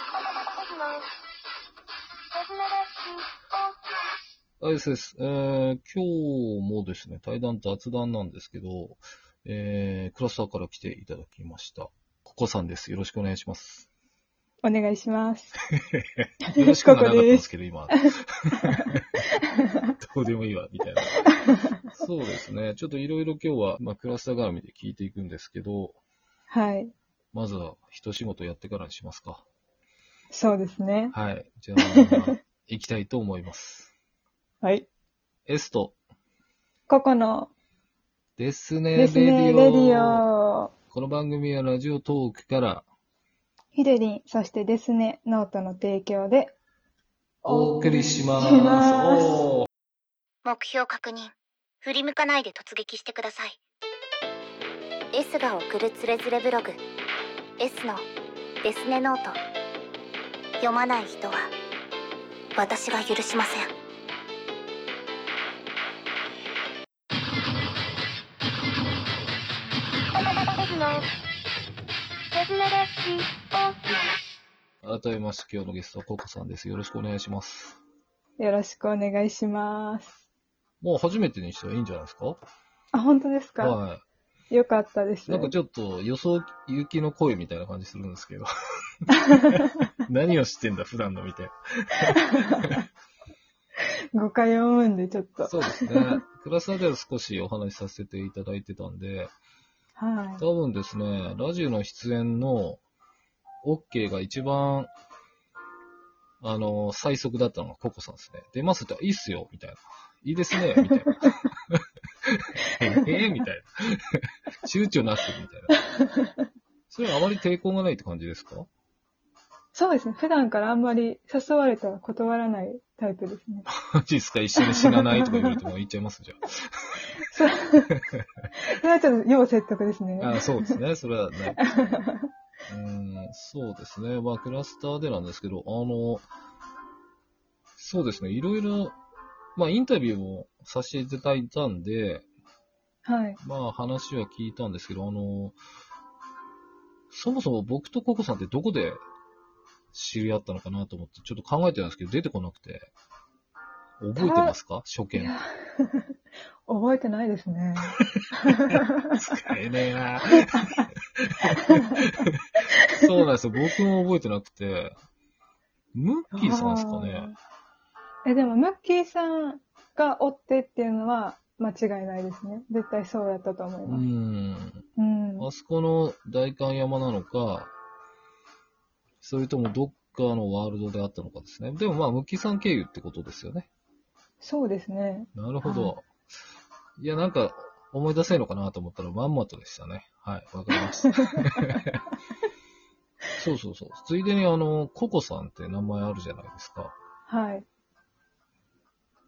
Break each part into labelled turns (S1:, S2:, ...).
S1: の。手品ラジオ。
S2: はい、ですです。えー今日もですね、対談雑談なんですけど、えークラスターから来ていただきました。ココさんです。よろしくお願いします。
S3: お願いします。
S2: よろしくはなかったんで
S3: ですす。
S2: けど、今。 どうでもいいわ、みたいな。そうですね。ちょっといろいろ今日は、まあ、クラスター絡みで聞いていくんですけど、
S3: はい。
S2: まずは一仕事やってからにしますか。
S3: そうですね。
S2: はい。じゃあ、行きたいと思います。
S3: はい。
S2: エスト、
S3: ココの
S2: ですね、
S3: ですね、
S2: レ
S3: レ
S2: デ
S3: デ
S2: ィオ。
S3: ィオ。
S2: この番組はラジオトークから、
S3: ヒデリン、そしてですね、ノートの提供で。
S2: お送りします。
S3: します
S2: おー
S1: 目標確認振り向かないで突撃してください S が送るつれづれブログ S のデスネノート読まない人は私が許しません
S2: 改めまして、今日のゲストはココさんです。よろしくお願いします。
S3: よろしくお願いします。
S2: もう初めてにしてはいいんじゃないですか
S3: あ、本当ですか、
S2: は
S3: よかったです。
S2: い。なんかちょっと予想、雪の声みたいな感じするんですけど。 何を知ってんだ、普段のみたい
S3: 誤解を生んで、ちょっ
S2: な。
S3: と。
S2: そうですね。クラスでは少しお話しさせていただいてたんで、
S3: はい。
S2: 多分ですね、ラジオの出演の OK が一番、あの、最速だったのがココさんですね。出ますって、いいっすよ、みたいな。いいですね、みたいな。ええみたいな。躊躇なく、みたいな。それはあまり抵抗がないって感じですか
S3: そうですね。普段からあんまり誘われたら断らないタイプです ね。
S2: マジですか一緒に死なないとか言われても言っちゃいますじゃ
S3: そうそれはちょっと要説得ですね。
S2: ん。 あそうですね。それはない。うん、そうですね。まあ、クラスターでなんですけど、あの、そうですね。いろいろ、まあ、インタビューもさせていただいたんで、
S3: はい。
S2: まあ、話は聞いたんですけど、あの、そもそも僕とココさんってどこで知り合ったのかなと思って、ちょっと考えてたんですけど、出てこなくて。覚えてますか初
S3: い
S2: 見。
S3: や覚えてないですね。
S2: 使えねえなそうなんですよ。僕も覚えてなくて。ムッキーさんですかね。
S3: あーえ、でも、ムッキーさんが追ってっていうのは間違いないですね。絶対そうやったと思いうます。
S2: ん。
S3: うん。
S2: あそこの代官山なのか、それともどっかのワールドであったのかですね。でもまあ、ムッキーさん経由ってことですよね。
S3: そうですね。
S2: なるほど。いや、なんか、思い出せるのかなと思ったら、まんまとでしたね。はい、わかりました。そうそうそう。ついでに、あの、ココさんって名前あるじゃないですか。
S3: はい。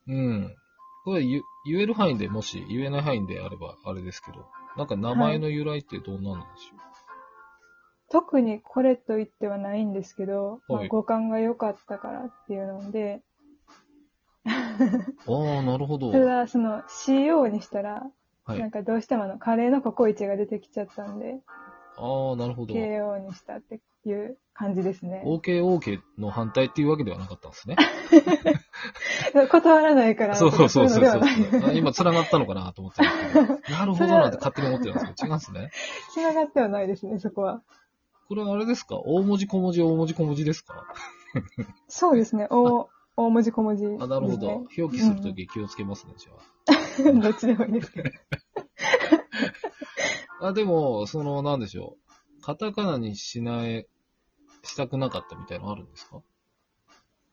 S2: うん。これ言言える範囲でもし言えない範囲であればあれですけど、なんか名前の由来ってどうなんでしょ
S3: 特にこれと言ってはないんですけど、まあ
S2: はい
S3: 五感が良かったからっていうので、
S2: う。ああ、なるほど。
S3: それはその CO にしたら、
S2: は
S3: ないん。かどうしてもあのカレーのココイチが出てきちゃったんで、
S2: ああ、なるほど。
S3: KO にしたっていう感じですね。
S2: OKOK の反対っていうわけではなかったん ですね。
S3: 断らないから
S2: そ
S3: と
S2: うそう
S3: か
S2: そうそう
S3: いの
S2: そ
S3: で
S2: う
S3: はない。
S2: あ今繋がったのかなと思ってたんですけど。なるほどなんて勝手に思ってたんですけど、違うんですね。
S3: 繋がってはないですね、そこは。
S2: これはあれですか大文字小文字大文字小文字ですか
S3: そうですね。大大文字小文字、
S2: あ、なるほど。
S3: ですね
S2: 表記するとき気をつけますね、じゃ
S3: どっちでもいいで すけど。
S2: あ。あ、でも、その、なんでしょう。カタカナにしない、したくなかったみたいのあるんですか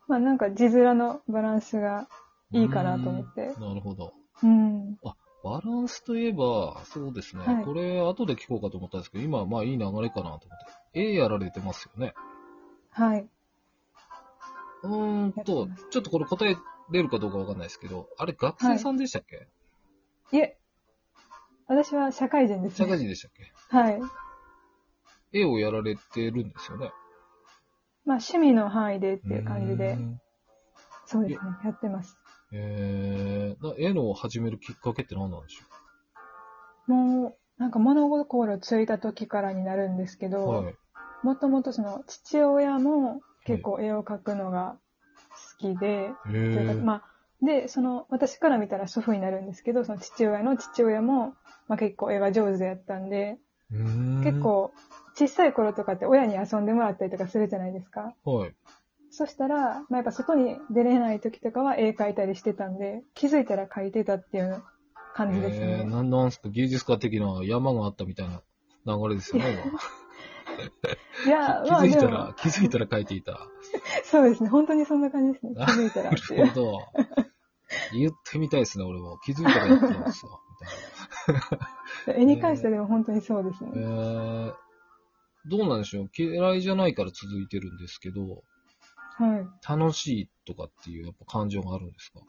S3: まあなんか字面のバランスがいいかなと思って
S2: う。ーんなるほど。
S3: うん。
S2: バランスといえば、そうですね。
S3: はい
S2: これ、後で聞こうかと思ったんですけど、今、まあ、いい流れかなと思って。A やられてますよね。
S3: はい。
S2: うーんと
S3: やってま、
S2: ちょっとこれ答えれるかどうかわかんないですけど、あれ、学生さんでしたっけ、
S3: いえ、私は社会人です、
S2: 社会
S3: ね。
S2: 人でしたっけ
S3: はい。
S2: ?A をやられてるんですよね。
S3: まあ趣味の範囲でっていう感じ
S2: うー
S3: で、
S2: ん
S3: そうですね。やってます。
S2: えー、な絵のを始めるきっかけって何なんでしょ
S3: もう、なんか物心ついた時からになるんですけ
S2: う
S3: ど、
S2: はい。
S3: もともとその父親も結構絵を描くのが好きで、
S2: へ
S3: というか
S2: ー
S3: まあ、で、その、私から見たら祖父になるんですけど、その父親の父親も、まあ結構絵が上手でやったんで、
S2: うーん
S3: 結。構小さい頃とかって親に遊んでもらったりとかするじゃないですか。
S2: はい。
S3: そしたら、まあ、やっぱ外に出れない時とかは絵描いたりしてたんで、気づいたら描いてたっていう感じです
S2: えー、
S3: ね。
S2: なんなんすか、芸術家的な山があったみたいな流れですよね、
S3: いや、
S2: 今。
S3: まあ
S2: 気づい
S3: で
S2: た
S3: も
S2: ら、、気づいたら書いていた。
S3: そうですね。本当にそんな感じですね。気づいたらってい
S2: なる
S3: う。
S2: ほど。言ってみたいですね、俺も。気づいたらやってたんですよ。
S3: 絵に関してはでも本当にそうですね。
S2: えー、どうなんでしょう嫌いじゃないから続いてるんですけど、
S3: はい。
S2: 楽しいとかっていうやっぱ感情があるんですか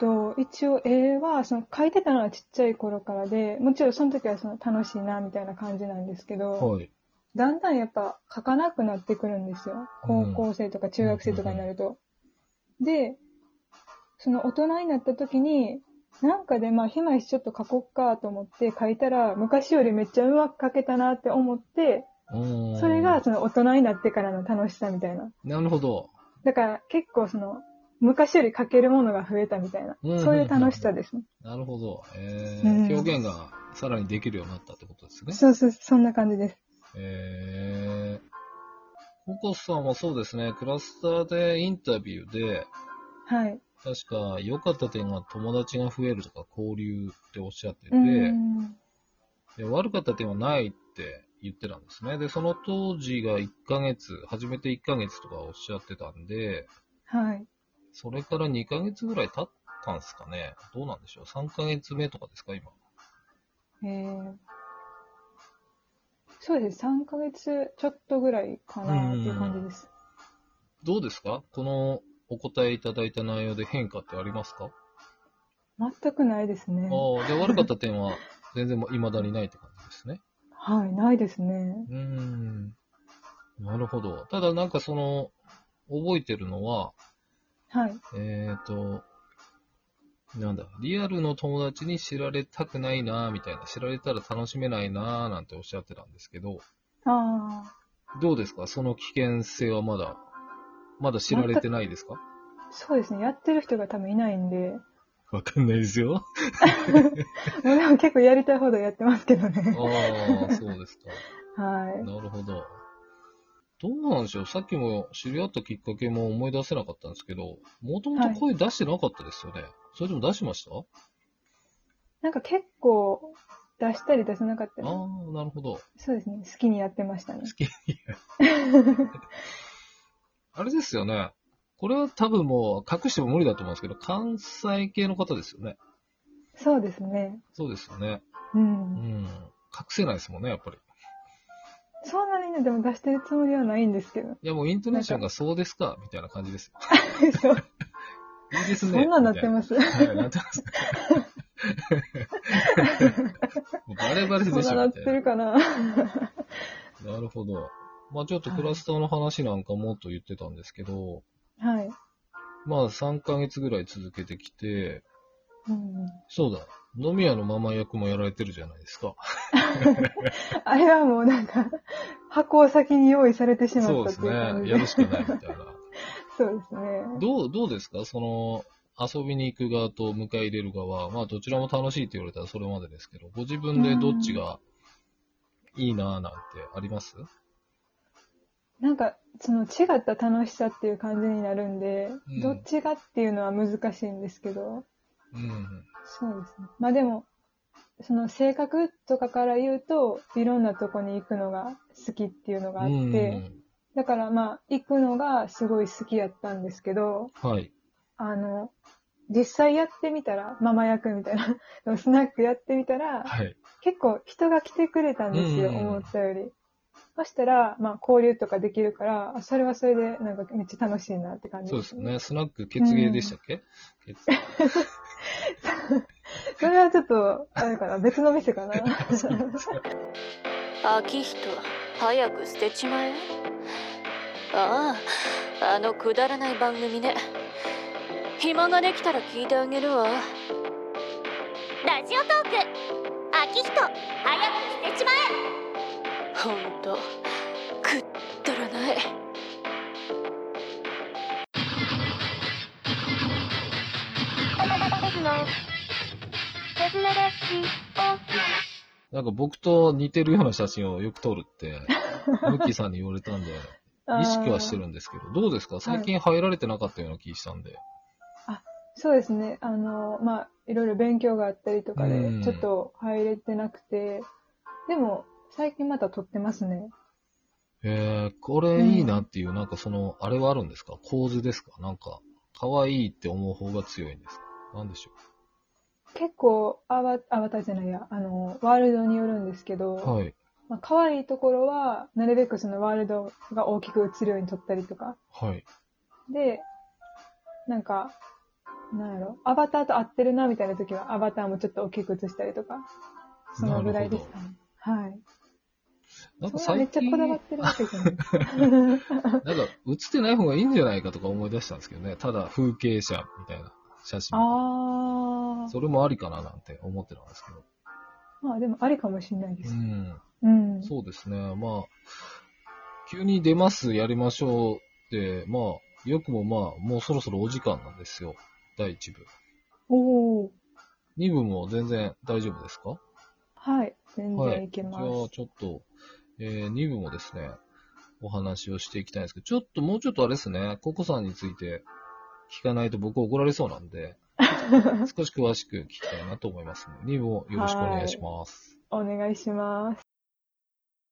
S3: と、一応絵は、その描いてたのはちっちゃい頃からで、もちろんその時はその楽しいなみたいな感じなんですけど、
S2: はい。
S3: だんだんやっぱ書かなくなってくるんですよ。
S2: う
S3: 高
S2: ん
S3: 校生とか中学生とかになると。で、その大人になった時に、なんかでまあ暇一ちょっと書こっかと思って書いたら、昔よりめっちゃうまく書けたなって思って、
S2: うーん
S3: それが、その大人になってからの楽しさみたいな。
S2: なるほど。
S3: だから結構その、昔より書けるものが増えたみたいな
S2: うんうんうん。
S3: そういう楽しさですね。
S2: なるほど。え
S3: うん
S2: ー、表現がさらにできるようになったってことですね。
S3: そうそう、そんな感じです。
S2: えー、ココさんはそうですね、クラスターでインタビューで、
S3: はい。
S2: 確か良かった点が友達が増えるとか交流っておっしゃってて、
S3: うん。
S2: で悪かった点はないって言ってたんですね。で、その当時が1ヶ月、始めて1ヶ月とかおっしゃってたんで、
S3: はい。
S2: それから2ヶ月ぐらい経ったんですかね。どうなんでしょう。3ヶ月目とかですか、今。
S3: えーそうですね、3ヶ月ちょっとぐらいかなっていう感じです。
S2: どうですかこのお答えいただいた内容で変化ってありますか、
S3: 全くないですね。
S2: ああ、で、悪かった点は全然もう未だにないって感じです ね。
S3: はい、ないですね。
S2: うーん。なるほど。ただなんかその、覚えてるのは、
S3: はい。
S2: えっ、と、なんだ、リアルの友達に知られたくないなぁみたいな、知られたら楽しめないなぁなんておっしゃってたんですけど、
S3: あ
S2: どうですかその危険性はまだ、まだ知られてないですか
S3: あ、そうですね、やってる人が多分いないんで、
S2: わかんないですよ。
S3: もうでも結構やりたいほどやってますけど
S2: あ
S3: ね。
S2: あ、そうですか。
S3: は
S2: なるほど。どうなんでしょうさっきも知り合ったきっかけも思い出せなかったんですけど、もともと声出してなかったですよね。それとも出しましたあ
S3: い。なんか結構出したり出さなかった
S2: あ
S3: り、
S2: ー、なるほど。
S3: そうですね、好きにやってましたね。
S2: あれですよね。これは多分もう隠しても無理だと思うんですけど、関西系の方ですよね。
S3: そうですね。
S2: そうですよね。
S3: う。
S2: うんん。隠せないですもんね、やっぱり。
S3: そんなにね、でも出してるつもりはないんですけ ど。
S2: いや、もうイントネーションがそうですか、みたいな感じです。
S3: そう
S2: いいです
S3: そ
S2: ね。
S3: んなんなってます。
S2: みたいな。はい、 なってます。もうバレバレでし
S3: そ
S2: ょ、
S3: ん
S2: みた
S3: ないな
S2: な
S3: っ。てる かな。
S2: なるほど。まあちょっとクラスターの話なんかもっと言ってたんですけど、
S3: はい。
S2: まあ3ヶ月ぐらい続けてきて、
S3: うん、
S2: そうだ、飲み屋のママ役もやられてるじゃないですか。
S3: あれはもうなんか、箱を先に用意されてしま
S2: そう
S3: っ
S2: で
S3: たっ
S2: す
S3: てい
S2: ね
S3: う感。じ
S2: や
S3: で。
S2: るしかないみたいな。
S3: そうですね。
S2: どう、どうですかその、遊びに行く側と迎え入れる側、まあどちらも楽しいって言われたらそれまでですけど、ご自分でどっちがいいなぁなんてあります
S3: なんか、その違った楽しさっていう感じになるんで、
S2: うん
S3: どっちがっていうのは難しいんですけど、
S2: うん。
S3: そうですね。まあでも、その性格とかから言うと、いろんなとこに行くのが好きっていうのがあっ
S2: う
S3: て、
S2: ん。
S3: だからまあ、行くのがすごい好きやったんですけど、
S2: はい。
S3: あの、実際やってみたら、ママ役みたいな、 でもスナックやってみたら、
S2: はい。
S3: 結構人が来てくれたんですよ、
S2: うんうんうん
S3: 思ったより。そしたら、まあ、交流とかできるから、あそれはそれで、なんか、めっちゃ楽しいなって感じ
S2: そうですよ。ね。スナック、血芸でしたっけ、血
S3: それはちょっと、あれ かな、別の店かな。
S4: 秋人早く捨てちまえあああのくだらない番組ね暇ができたら聞いてあげるわ
S1: ラジオトーク秋人早く捨てちまえ
S4: ほんとくったらない
S2: なんか僕と似てるような写真をよく撮るって、 ムッキーさんに言われたんで、意識はして
S3: る。
S2: るんですけど、どうですか最近入られてなかったような気したんで。
S3: そうですね。あの、まあ、いろいろ勉強があったりとか
S2: うん
S3: で、ちょっと入れてなくて、でも、最近また撮ってますね。
S2: えー、これいいなっていう、なんかその、あれはあるんですか構図ですかなんか、可愛いって思う方が強いんですかなんでしょ
S3: 結構、アバアバターじゃないや、あの、ワールドによるんですけど、
S2: うはい。
S3: まあ、可愛いところは、なるべくそのワールドが大きく映るように撮ったりとか。
S2: はい。
S3: で、なんか、なんやろ、アバターと合ってるなみたいな時は、アバターもちょっと大きく映したりとか、そのぐらいですかね。はい。
S2: なんか
S3: そんなめ
S2: 最
S3: っちゃ
S2: 近、
S3: こだわってるわけじゃない。 あ
S2: なんか映ってない方がいいんじゃないかとか思い出したんですけどね。ただ風景写みたいな写真。
S3: あー。
S2: それもありかななんて思ってたんですけど。
S3: まあでもありかもしれないで
S2: う
S3: す。
S2: ん。
S3: うん。
S2: そうですね。まあ、急に出ます、やりましょうって、まあ、よくもまあ、もうそろそろお時間なんですよ。第1部。
S3: おお。
S2: 2部も全然大丈夫ですか
S3: はい。全
S2: はい
S3: 然いけます。
S2: じゃあ、ちょっと、えー、2部もですね、お話をしていきたいんですけど、ちょっともうちょっとあれですね、ココさんについて聞かないと僕怒られそうなん で、少し詳しく聞きたいなと思いますので、2部もよろしくお願いします。
S3: お願いします。